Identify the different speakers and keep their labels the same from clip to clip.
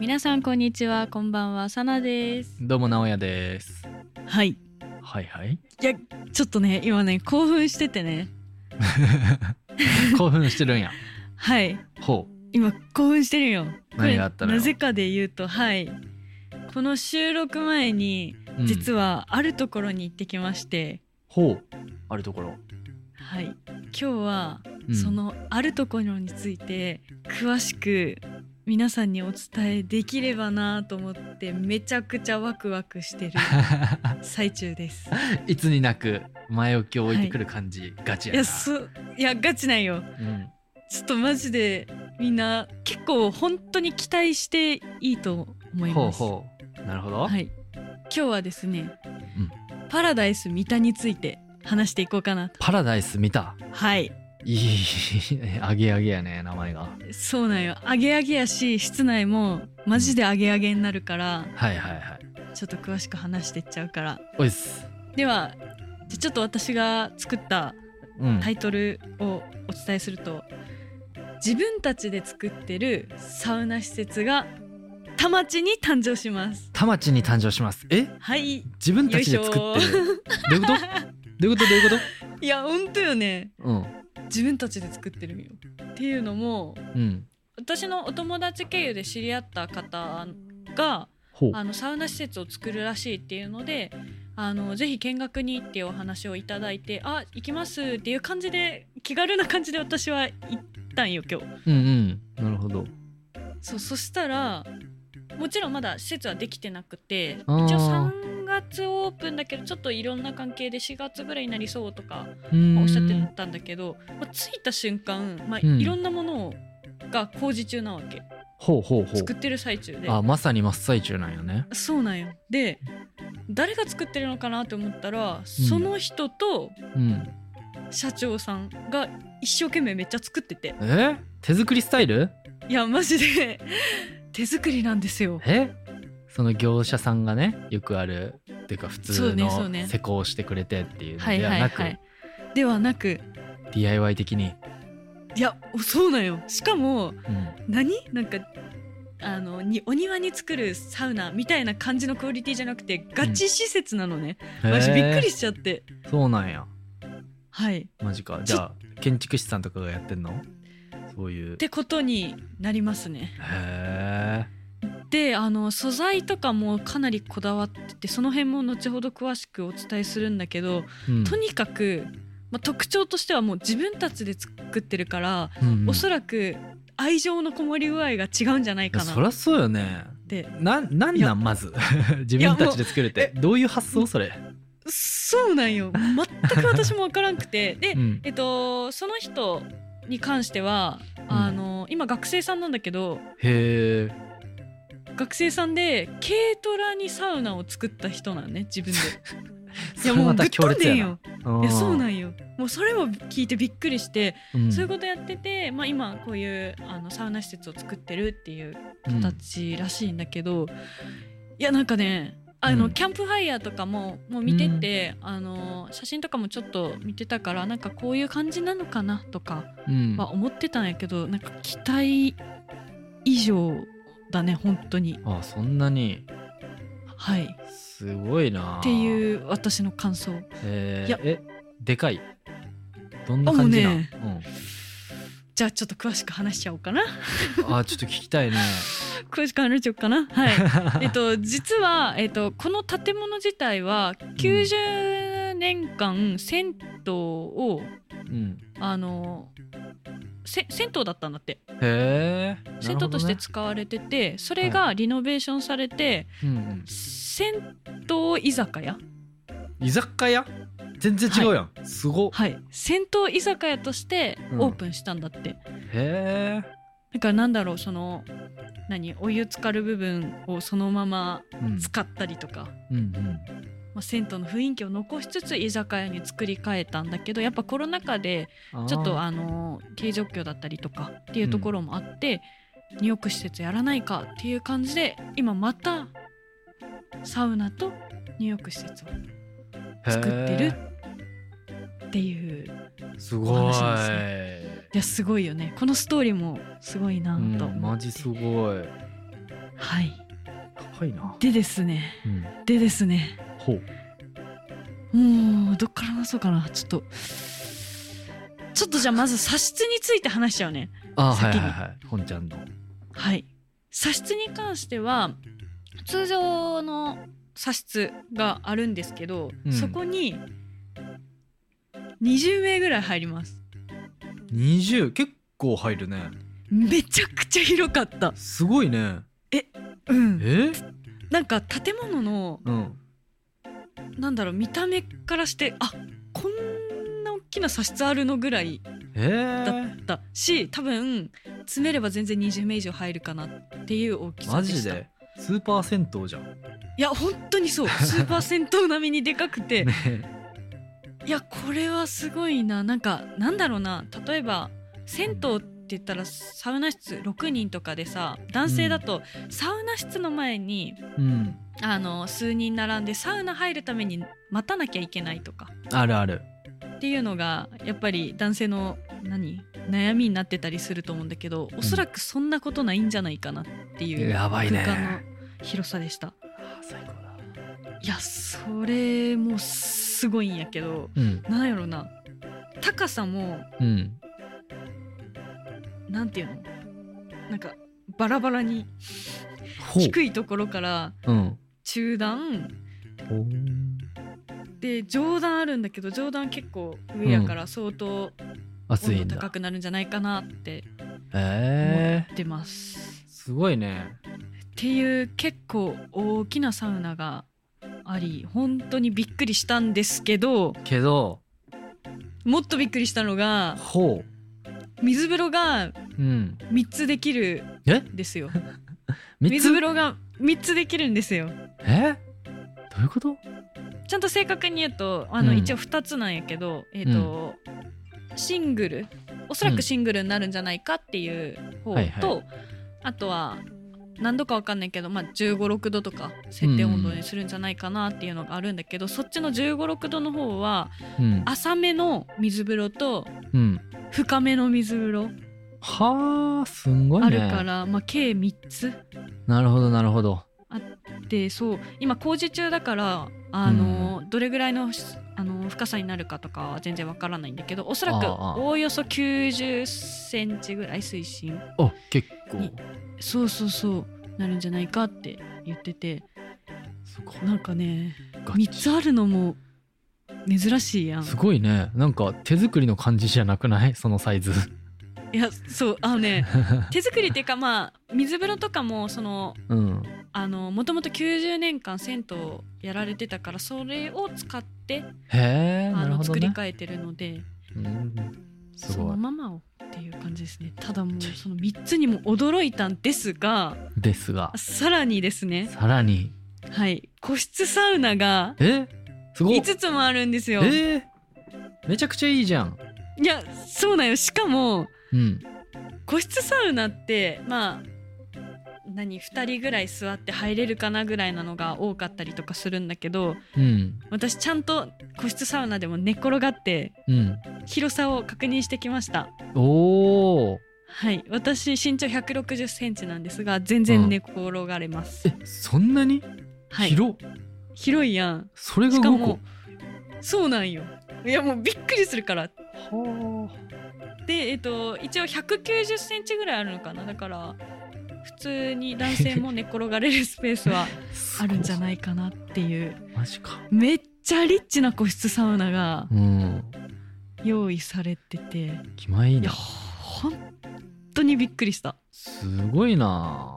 Speaker 1: 皆さんこんにちはこんばんはサナです
Speaker 2: どうも、直哉です。
Speaker 1: はい
Speaker 2: はいはい。
Speaker 1: いやちょっとね今ね興奮しててね
Speaker 2: 興奮して るんや。
Speaker 1: はい
Speaker 2: ほ
Speaker 1: 今興奮してるよこれ
Speaker 2: 何があったのよ
Speaker 1: なぜかで言うとはいこの収録前に
Speaker 2: う。うん
Speaker 1: 実。はあるところに行ってきまして、
Speaker 2: ほう。あるところ。
Speaker 1: はい今日は
Speaker 2: うん
Speaker 1: そ。のあるところについて詳しく皆さんにお伝えできればなと思ってめちゃくちゃワクワクしてる最中です。
Speaker 2: いつになく前置きを置いてくる感じ、ガチや
Speaker 1: い
Speaker 2: な。
Speaker 1: やそいやガチないよ
Speaker 2: うん。
Speaker 1: ちょっとマジでみんな結構本当に期待していいと思い
Speaker 2: ほう
Speaker 1: ます。
Speaker 2: ほう。なるほど。。
Speaker 1: はいい、今日はですね、パラダイス三田について話していこうかなと。
Speaker 2: パラダイス見た。
Speaker 1: はい
Speaker 2: いい。 あげあげやね、名前が。
Speaker 1: そうなんよアゲアゲやし室内もマジでアゲアゲになるから
Speaker 2: はいはいはい。
Speaker 1: ちょっと詳しく話してっちゃうから
Speaker 2: おいっす。
Speaker 1: ではじゃあちょっと私が作った
Speaker 2: うん。
Speaker 1: タイトルをお伝えすると、自分たちで作ってるサウナ施設が田町に誕生します
Speaker 2: 田町に誕生します。え
Speaker 1: はいい
Speaker 2: 自分たちで作ってる。どういうことどういうことどういうこ
Speaker 1: やほんとよね
Speaker 2: とうん。
Speaker 1: 自分たちで作ってるんよっていうのも
Speaker 2: うん。
Speaker 1: 私のお友達経由で知り合った方が
Speaker 2: ほう。
Speaker 1: あのサウナ施設を作るらしいっていうのであのぜひ見学にっていうお話をいただいてあ行きますっていう感じで気軽な感じで私は行ったんよ今日
Speaker 2: うんうん。なるほど。
Speaker 1: そうそしたらもちろんまだ施設はできてなくて一
Speaker 2: あー
Speaker 1: 応3月オープンだけどちょっといろんな関係で4月ぐらいになりそうとか
Speaker 2: うーん
Speaker 1: おっしゃってたんだけど、まあ、着いた瞬間、まあ
Speaker 2: うん
Speaker 1: いろんなものをが工事中なわけ
Speaker 2: ほうほうほう
Speaker 1: 作。ってる最中で
Speaker 2: あまさに真っ最中なんよね
Speaker 1: そうなんよで誰が作ってるのかなと思ったら、その人と
Speaker 2: うん
Speaker 1: 社長さんが一生懸命めっちゃ作ってて
Speaker 2: え手作りスタイル
Speaker 1: いやマジで 手作りなんですよ
Speaker 2: えその業者さんがねよくあるっていうか普
Speaker 1: そう
Speaker 2: 通
Speaker 1: ねそうね
Speaker 2: の施工してくれてっていうの
Speaker 1: はい
Speaker 2: で
Speaker 1: は
Speaker 2: はいなく
Speaker 1: はいではなく
Speaker 2: DIY 的に、
Speaker 1: いやそうなんよしかも
Speaker 2: うん、
Speaker 1: 何なんかあのにお庭に作るサウナみたいな感じのクオリティじゃなくてガチ施設なのね、私びっくりしちゃって
Speaker 2: えーそうなんや
Speaker 1: はい
Speaker 2: マジかじゃあ建築士さんとかがやってんのそういう
Speaker 1: っ
Speaker 2: へ
Speaker 1: てことになりますね
Speaker 2: え
Speaker 1: であの素材とかもかなりこだわっててその辺も後ほど詳しくお伝えするんだけど、
Speaker 2: うん
Speaker 1: とにかく、まあ、特徴としてはもう自分たちで作ってるから、
Speaker 2: うんうん
Speaker 1: おそらく愛情のこもり具合が違うんじゃない
Speaker 2: いや
Speaker 1: かな
Speaker 2: そ
Speaker 1: っ
Speaker 2: りゃそうよね
Speaker 1: て
Speaker 2: ななん
Speaker 1: いや
Speaker 2: なんまず 自分たちで作るってどういう発想それ、
Speaker 1: そうなんよ全く私も分からんく てで、
Speaker 2: うん
Speaker 1: えっと、その人に関してはあの今学生さんなんだけど
Speaker 2: へえ
Speaker 1: 学生さんで軽トラにサウナを作った人なのね自 分でい
Speaker 2: そ
Speaker 1: や
Speaker 2: れ
Speaker 1: もう
Speaker 2: ま
Speaker 1: ぶ
Speaker 2: た
Speaker 1: っ
Speaker 2: 強
Speaker 1: 飛ん
Speaker 2: 烈
Speaker 1: でん
Speaker 2: や
Speaker 1: よ
Speaker 2: なうん
Speaker 1: いやそうなんよもうそれを聞いてびっくりして、
Speaker 2: うん
Speaker 1: そういうことやってて、まあ、今こういうあのサウナ施設を作ってるっていう
Speaker 2: うん
Speaker 1: 形らしいんだけど、いやなんかねあの、
Speaker 2: うん
Speaker 1: キャンプファイヤーとかももう見てて、あの写真とかもちょっと見てたからなんかこういう感じなのかなとか
Speaker 2: うん
Speaker 1: は思ってたんやけど、なんか期待以上だね本当に
Speaker 2: あそんなに
Speaker 1: はいっ
Speaker 2: すごいな
Speaker 1: て
Speaker 2: う、
Speaker 1: いう私の感想
Speaker 2: えー
Speaker 1: いや
Speaker 2: えでかいどんな感じな
Speaker 1: あも
Speaker 2: ん
Speaker 1: うじゃあちょっと詳しく話しちゃおうかな
Speaker 2: うん、あちょっと聞きたいね
Speaker 1: 詳しく話しちゃおうかな はい えっと、実は、えっと、この建物自体は90年間銭湯を、
Speaker 2: うん、
Speaker 1: あのせ銭湯だったんだって、
Speaker 2: へえ
Speaker 1: 銭湯として使われててそれがリノベーションされて、
Speaker 2: うん
Speaker 1: 銭湯居酒屋
Speaker 2: うん、居酒屋全然違うやん、すごっ
Speaker 1: はい銭湯居酒屋として
Speaker 2: うん
Speaker 1: オープンしたんだって、
Speaker 2: へ
Speaker 1: だからなんだろうその何お湯浸かる部分をそのまま
Speaker 2: え、うん
Speaker 1: 使ったりとか、
Speaker 2: うんうん、
Speaker 1: まあ、銭湯の雰囲気を残しつつ居酒屋に作り変えたんだけどやっぱコロナ禍で
Speaker 2: あー
Speaker 1: ちょっとあの経営状況だったりとかっていうところもあって、入浴施設やらないかっていう感じで今またサウナと入浴施設を作ってるっていう
Speaker 2: へーすご
Speaker 1: お
Speaker 2: い
Speaker 1: 話なんいやすごいよねこのストーリーもすごいな
Speaker 2: う
Speaker 1: と
Speaker 2: ん、
Speaker 1: 思
Speaker 2: マ
Speaker 1: って、
Speaker 2: ジすごい
Speaker 1: はい
Speaker 2: 高いな。
Speaker 1: でですね
Speaker 2: うん。
Speaker 1: でですね
Speaker 2: ほう。
Speaker 1: もうどっから話そうかなちょっとちょっとじゃあまず差し支について話しちゃうね
Speaker 2: あーは
Speaker 1: 先
Speaker 2: い
Speaker 1: に
Speaker 2: はいはい。本ちゃんの。
Speaker 1: はい差し支に関しては通常の差し支があるんですけど、
Speaker 2: うん
Speaker 1: そこに20名ぐらい入ります
Speaker 2: 二十結構入るね。
Speaker 1: めちゃくちゃ広かった
Speaker 2: すごいね。
Speaker 1: うん
Speaker 2: え？
Speaker 1: なんか建物の
Speaker 2: うん。
Speaker 1: なんだろう見た目からしてあこんな大きな差し支あるのぐらい
Speaker 2: え
Speaker 1: だ
Speaker 2: ー
Speaker 1: っ。たし多分詰めれば全然20名以上入るかなっていう大きさ
Speaker 2: マ
Speaker 1: でし
Speaker 2: ジ
Speaker 1: た
Speaker 2: で。スーパー銭湯じゃん。
Speaker 1: いや本当に そうスーパー銭湯並みにでかくて、
Speaker 2: ね。
Speaker 1: いやこれはすごいななんかなんだろうな例えば銭湯って言ったらサウナ室6人とかでさ男性だとサウナ室の前に、
Speaker 2: うん。
Speaker 1: あの数人並んでサウナ入るために待たなきゃいけないとか
Speaker 2: あるある。
Speaker 1: っていうのがやっぱり男性の何悩みになってたりすると思うんだけどおそらくそんなことないんじゃないかなっていう
Speaker 2: やばいね
Speaker 1: 空間の広さでした
Speaker 2: 最高だ。
Speaker 1: いやそれもすごいんやけど
Speaker 2: うん。
Speaker 1: なんやろな高さも
Speaker 2: うん。
Speaker 1: なんていうのなんかバラバラに
Speaker 2: ほ
Speaker 1: 低いところから
Speaker 2: うん。
Speaker 1: 中段
Speaker 2: ほう。
Speaker 1: で上段あるんだけど上段結構上やから相当
Speaker 2: 熱い
Speaker 1: 温
Speaker 2: ん
Speaker 1: 度
Speaker 2: だ
Speaker 1: 高。くなるんじゃないかなって
Speaker 2: ええ
Speaker 1: 出ます。
Speaker 2: ー。すごいね。
Speaker 1: っていう結構大きなサウナがあり本当にびっくりしたんですけど
Speaker 2: けど。
Speaker 1: もっとびっくりしたのが
Speaker 2: ほ
Speaker 1: 水風呂が
Speaker 2: う。うん。
Speaker 1: 3つできる
Speaker 2: え
Speaker 1: んですよ
Speaker 2: 三
Speaker 1: 水風
Speaker 2: つ。
Speaker 1: 呂が3つできるんですよ
Speaker 2: え？どういうこと？
Speaker 1: ちゃんと正確に言うとあの、
Speaker 2: うん
Speaker 1: 一応2つなんやけどえっ、と、シングルおそらくシングルになるんじゃないかっていう方と、
Speaker 2: はいは
Speaker 1: あとは何度かわかんないけど、まあ、1 5 6度とか設定温度にするんじゃないかなっていうのがあるんだけど、そっちの1 5 6度の方は
Speaker 2: うん。
Speaker 1: 浅めの水風呂と
Speaker 2: うん。
Speaker 1: 深めの水風呂
Speaker 2: はあ、すんごいね。
Speaker 1: あるから、まあ、計3つ
Speaker 2: なるほどなるほど。
Speaker 1: でそう今工事中だからあの、どれぐらいのしあの深さになるかとかは全然わからないんだけどおそらく
Speaker 2: ああああ
Speaker 1: おおよそ9 0ンチぐらい水深
Speaker 2: あ結構
Speaker 1: にそうそうそうなるんじゃないかって言ってて
Speaker 2: すごい
Speaker 1: なんかね
Speaker 2: ガチ
Speaker 1: 3つあるのも珍しいやん
Speaker 2: すごいねなんか手作りの感じじゃなくないそのサイズ
Speaker 1: いやそうあのね 手作りっていうかまあ水風呂とかもその
Speaker 2: うん
Speaker 1: あのもともと90年間銭湯やられてたからそれを使って、
Speaker 2: へえ
Speaker 1: あ
Speaker 2: なる
Speaker 1: の
Speaker 2: ほど
Speaker 1: 作り
Speaker 2: ね
Speaker 1: 変えてるので。
Speaker 2: うんす
Speaker 1: そ
Speaker 2: ご
Speaker 1: の
Speaker 2: い
Speaker 1: ままをっていう感じですねただもうその3つにも驚いたんですが
Speaker 2: ですが
Speaker 1: さらにですね
Speaker 2: さらに
Speaker 1: はい個室サウナが
Speaker 2: えすごい
Speaker 1: 5つもあるんです
Speaker 2: え
Speaker 1: よ
Speaker 2: ー、めちゃくちゃいいじゃん
Speaker 1: いやそうなんよしかも
Speaker 2: うん
Speaker 1: 個室サウナってまあ何2人ぐらい座って入れるかなぐらいなのが多かったりとかするんだけど
Speaker 2: うん
Speaker 1: 私ちゃんと個室サウナでも寝っ転がって
Speaker 2: うん
Speaker 1: 広さを確認してきました
Speaker 2: おお
Speaker 1: はい私身長1 6 0センチなんですが全然寝転がれます、
Speaker 2: えそんなに
Speaker 1: はい
Speaker 2: 広、っ
Speaker 1: 広いやん
Speaker 2: それが
Speaker 1: しか
Speaker 2: 5
Speaker 1: も
Speaker 2: 個
Speaker 1: そうなんよいやもうびっくりするからで
Speaker 2: は
Speaker 1: えっと一応1 9 0センチぐらいあるのかなだから普通に男性も寝転がれるスペース は
Speaker 2: あ
Speaker 1: あるんじゃないいかなっていう
Speaker 2: マジか
Speaker 1: めっちゃリッチな個室サウナが
Speaker 2: うん
Speaker 1: 用意されててい
Speaker 2: 気前いい
Speaker 1: や
Speaker 2: な
Speaker 1: 本当にびっくりした
Speaker 2: すごいな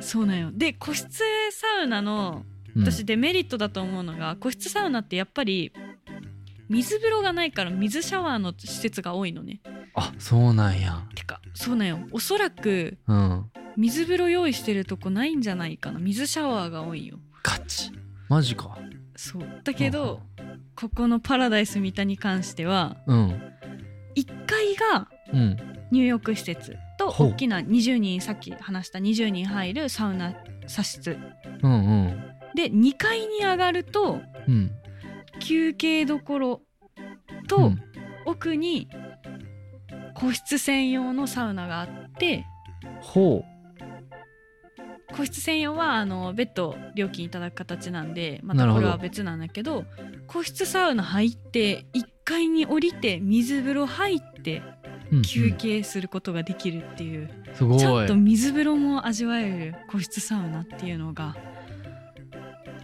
Speaker 1: そうなんよで個室サウナの
Speaker 2: うん
Speaker 1: 私デメリットだと思うのが、個室サウナってやっぱり水風呂がないから水シャワーの施設が多いのね
Speaker 2: あそうなんや
Speaker 1: てかそうなんよおそらく
Speaker 2: うん
Speaker 1: 水風呂用意してるとこないんじゃないかな水シャワーが多いよ
Speaker 2: ガチマジか
Speaker 1: そうだけどここのパラダイス三田に関しては
Speaker 2: うん
Speaker 1: 1階が
Speaker 2: うん
Speaker 1: 入浴施設と
Speaker 2: ほう
Speaker 1: 大きな20人さっき話した20人入るサウナ茶室
Speaker 2: うんうん
Speaker 1: で2階に上がると
Speaker 2: うん
Speaker 1: 休憩どころと、
Speaker 2: うん
Speaker 1: 奥に個室専用のサウナがあって
Speaker 2: ほ
Speaker 1: 個室専用はあの別途料金いただく形なんでま
Speaker 2: な
Speaker 1: た
Speaker 2: るほ
Speaker 1: こ
Speaker 2: ど
Speaker 1: れは別なんだけど個室サウナ入って1階に降りて水風呂入って
Speaker 2: うんうん
Speaker 1: 休憩することができるっていう、
Speaker 2: すごい
Speaker 1: ちゃんと水風呂も味わえる個室サウナっていうのが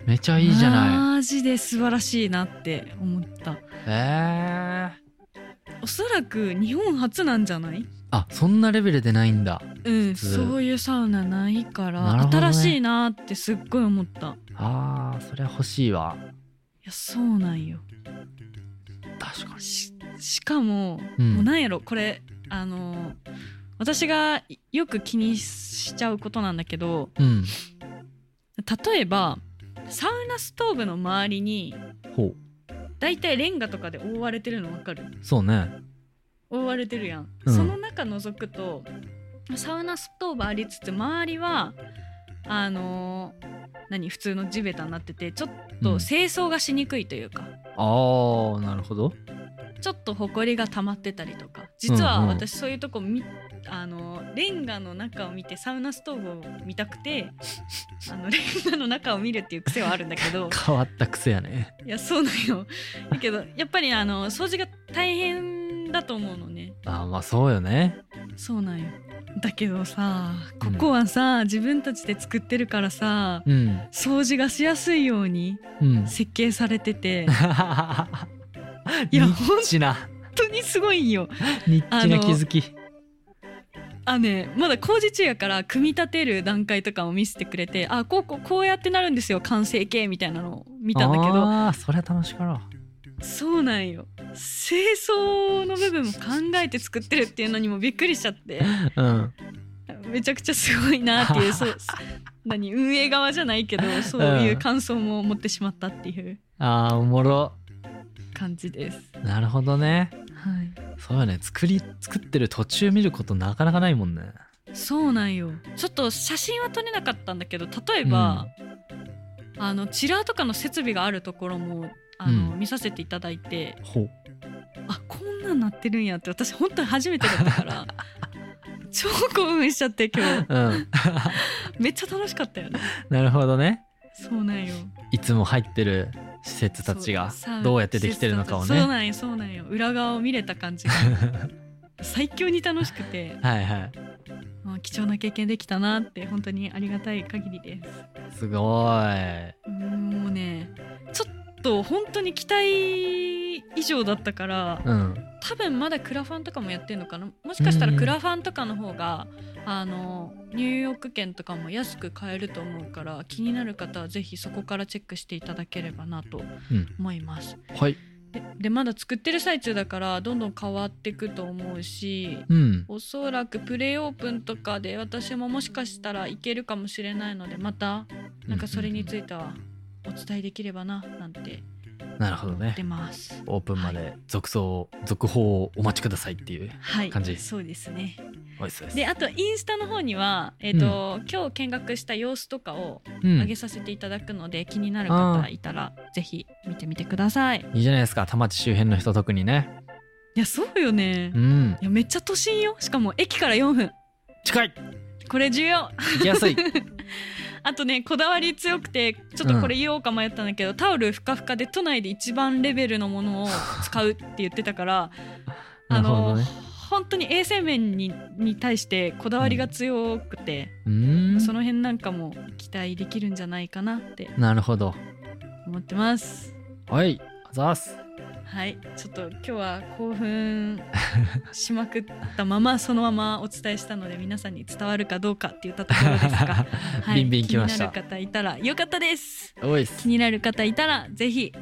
Speaker 2: めちゃいいじゃない
Speaker 1: マジで素晴らしいなって思った
Speaker 2: えー、
Speaker 1: おそらく日本初なんじゃない
Speaker 2: あそんなレベルでないんだ
Speaker 1: うん、
Speaker 2: 普通
Speaker 1: そういうサウナないから
Speaker 2: なるほどね
Speaker 1: 新しいなってすっごい思ったい
Speaker 2: あーそれは欲しいわ
Speaker 1: やそうなんよ
Speaker 2: 確かに
Speaker 1: ししかも、
Speaker 2: うん
Speaker 1: もうなんやろこれあの私がよく気にしちゃうことなんだけど
Speaker 2: うん
Speaker 1: 例えばサウナストーブの周りに
Speaker 2: ほう
Speaker 1: だいたいレンガとかで覆われてるのわかる
Speaker 2: そうね
Speaker 1: 覆われてるやん、
Speaker 2: うん
Speaker 1: その中覗くとサウナストーブありつつ周りはあのー何普通の地べたになっててちょっ
Speaker 2: う
Speaker 1: と
Speaker 2: ん
Speaker 1: 清掃がしにくいというか、
Speaker 2: ああなるほど
Speaker 1: ちょっとほこりが溜まってたりとか実は
Speaker 2: うんうん
Speaker 1: 私そういうとこみ、あのレンガの中を見てサウナストーブを見たく てあのレンガの中を見るっていう癖はあるんだけ ど
Speaker 2: 変わった癖やね
Speaker 1: いやそうなんよだけどやっぱりあの掃除が大変だと思うのね
Speaker 2: あーまあそうよね
Speaker 1: そうなんよだけどさここはさ、自分たちで作ってるからさ
Speaker 2: うん
Speaker 1: 掃除がしやすいように
Speaker 2: うん
Speaker 1: 設計されてて
Speaker 2: い
Speaker 1: いや
Speaker 2: ニッチな
Speaker 1: 本当にすごいんよ
Speaker 2: ニッチな気づき
Speaker 1: あねまだ工事中やから組み立てる段階とかを見せてくれてあこうこうこうやってなるんですよ完成形みたいなのを見たんだけど
Speaker 2: ああそれは楽しかろう
Speaker 1: そうなんよ清掃の部分も考えて作ってるっていうのにもびっくりしちゃって
Speaker 2: うん
Speaker 1: めちゃくちゃすごいなっていうそう何運営側じゃないけどそういう感想も持ってしまったっていう
Speaker 2: あーおもろ
Speaker 1: 感じです。
Speaker 2: なるほどね
Speaker 1: はい
Speaker 2: そうよね作り作ってる途中見ることなかなかないもんね
Speaker 1: そうなんよちょっと写真は撮れなかったんだけど例えば、あのチラーとかの設備があるところもあの、
Speaker 2: う
Speaker 1: 見させていただいて
Speaker 2: ほう
Speaker 1: あこんなんなってるんやって私本当に初めてだったから 超興奮しちゃって今日
Speaker 2: うん
Speaker 1: めっちゃ楽しかったよね
Speaker 2: なるほどね
Speaker 1: そうなんよ
Speaker 2: いつも入ってる施設たちが
Speaker 1: そう
Speaker 2: どうやってできてるのかをね
Speaker 1: そうなんよそうなんよ裏側を見れた感じが最強に楽しくて、
Speaker 2: はいはい
Speaker 1: まあ、貴重な経験できたなって本当にありがたい限りです
Speaker 2: すごいう
Speaker 1: ーんもうねちょっと本当に期待以上だったから
Speaker 2: うん
Speaker 1: 多分まだクラファンとかもやってるのかなもしかしたらクラファンとかの方が、あのニューヨーク券とかも安く買えると思うから気になる方はぜひそこからチェックしていただければなと
Speaker 2: うん
Speaker 1: 思います、
Speaker 2: はい
Speaker 1: ででまだ作ってる最中だからどんどん変わっていくと思うし
Speaker 2: うん
Speaker 1: おそらくプレイオープンとかで私ももしかしたらいけるかもしれないのでまたなんかそれにつ
Speaker 2: て
Speaker 1: いてはお伝えできればななんて
Speaker 2: なるほど
Speaker 1: 思っ
Speaker 2: ね
Speaker 1: てます。
Speaker 2: オープンまで続報を続報をお待ちくださいっていう
Speaker 1: はい、
Speaker 2: 感じ
Speaker 1: そうですね
Speaker 2: おいそうです
Speaker 1: であとインスタの方には、えーと今日見学した様子とかを
Speaker 2: うん
Speaker 1: 上げさせていただくので、気になる方いたらぜひ見てみてください。
Speaker 2: いいじゃないですか田町周辺の人特にね
Speaker 1: いやそうよね、
Speaker 2: う
Speaker 1: い
Speaker 2: ん
Speaker 1: やめっちゃ都心よしかも駅から4分
Speaker 2: 近い
Speaker 1: これ重要
Speaker 2: 行きやすい
Speaker 1: あとねこだわり強くてちょっとこれ言おうか迷ったんだけど、タオルふかふかで都内で一番レベルのものを使うって言ってたから あ
Speaker 2: なるほ
Speaker 1: の、
Speaker 2: どね
Speaker 1: 本当に衛生面にに対してこだわりが強くて、
Speaker 2: うん
Speaker 1: その辺なんかも期待できるんじゃないかなって
Speaker 2: なるほど
Speaker 1: 思ってます。
Speaker 2: はいあざーす
Speaker 1: はい、ちょっと今日は興奮しまくったままそのままお伝えしたので皆さんに伝わるかどうかって言ったところです が、はい、
Speaker 2: ビンビン来まし
Speaker 1: 気に
Speaker 2: た
Speaker 1: なる方いたらよかったです。
Speaker 2: おいっす
Speaker 1: 気になる方いたらぜひ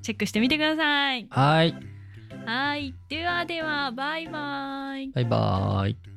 Speaker 1: チェックしてみてください。
Speaker 2: はーい
Speaker 1: はい、ではではバイバイ。
Speaker 2: バイバーイ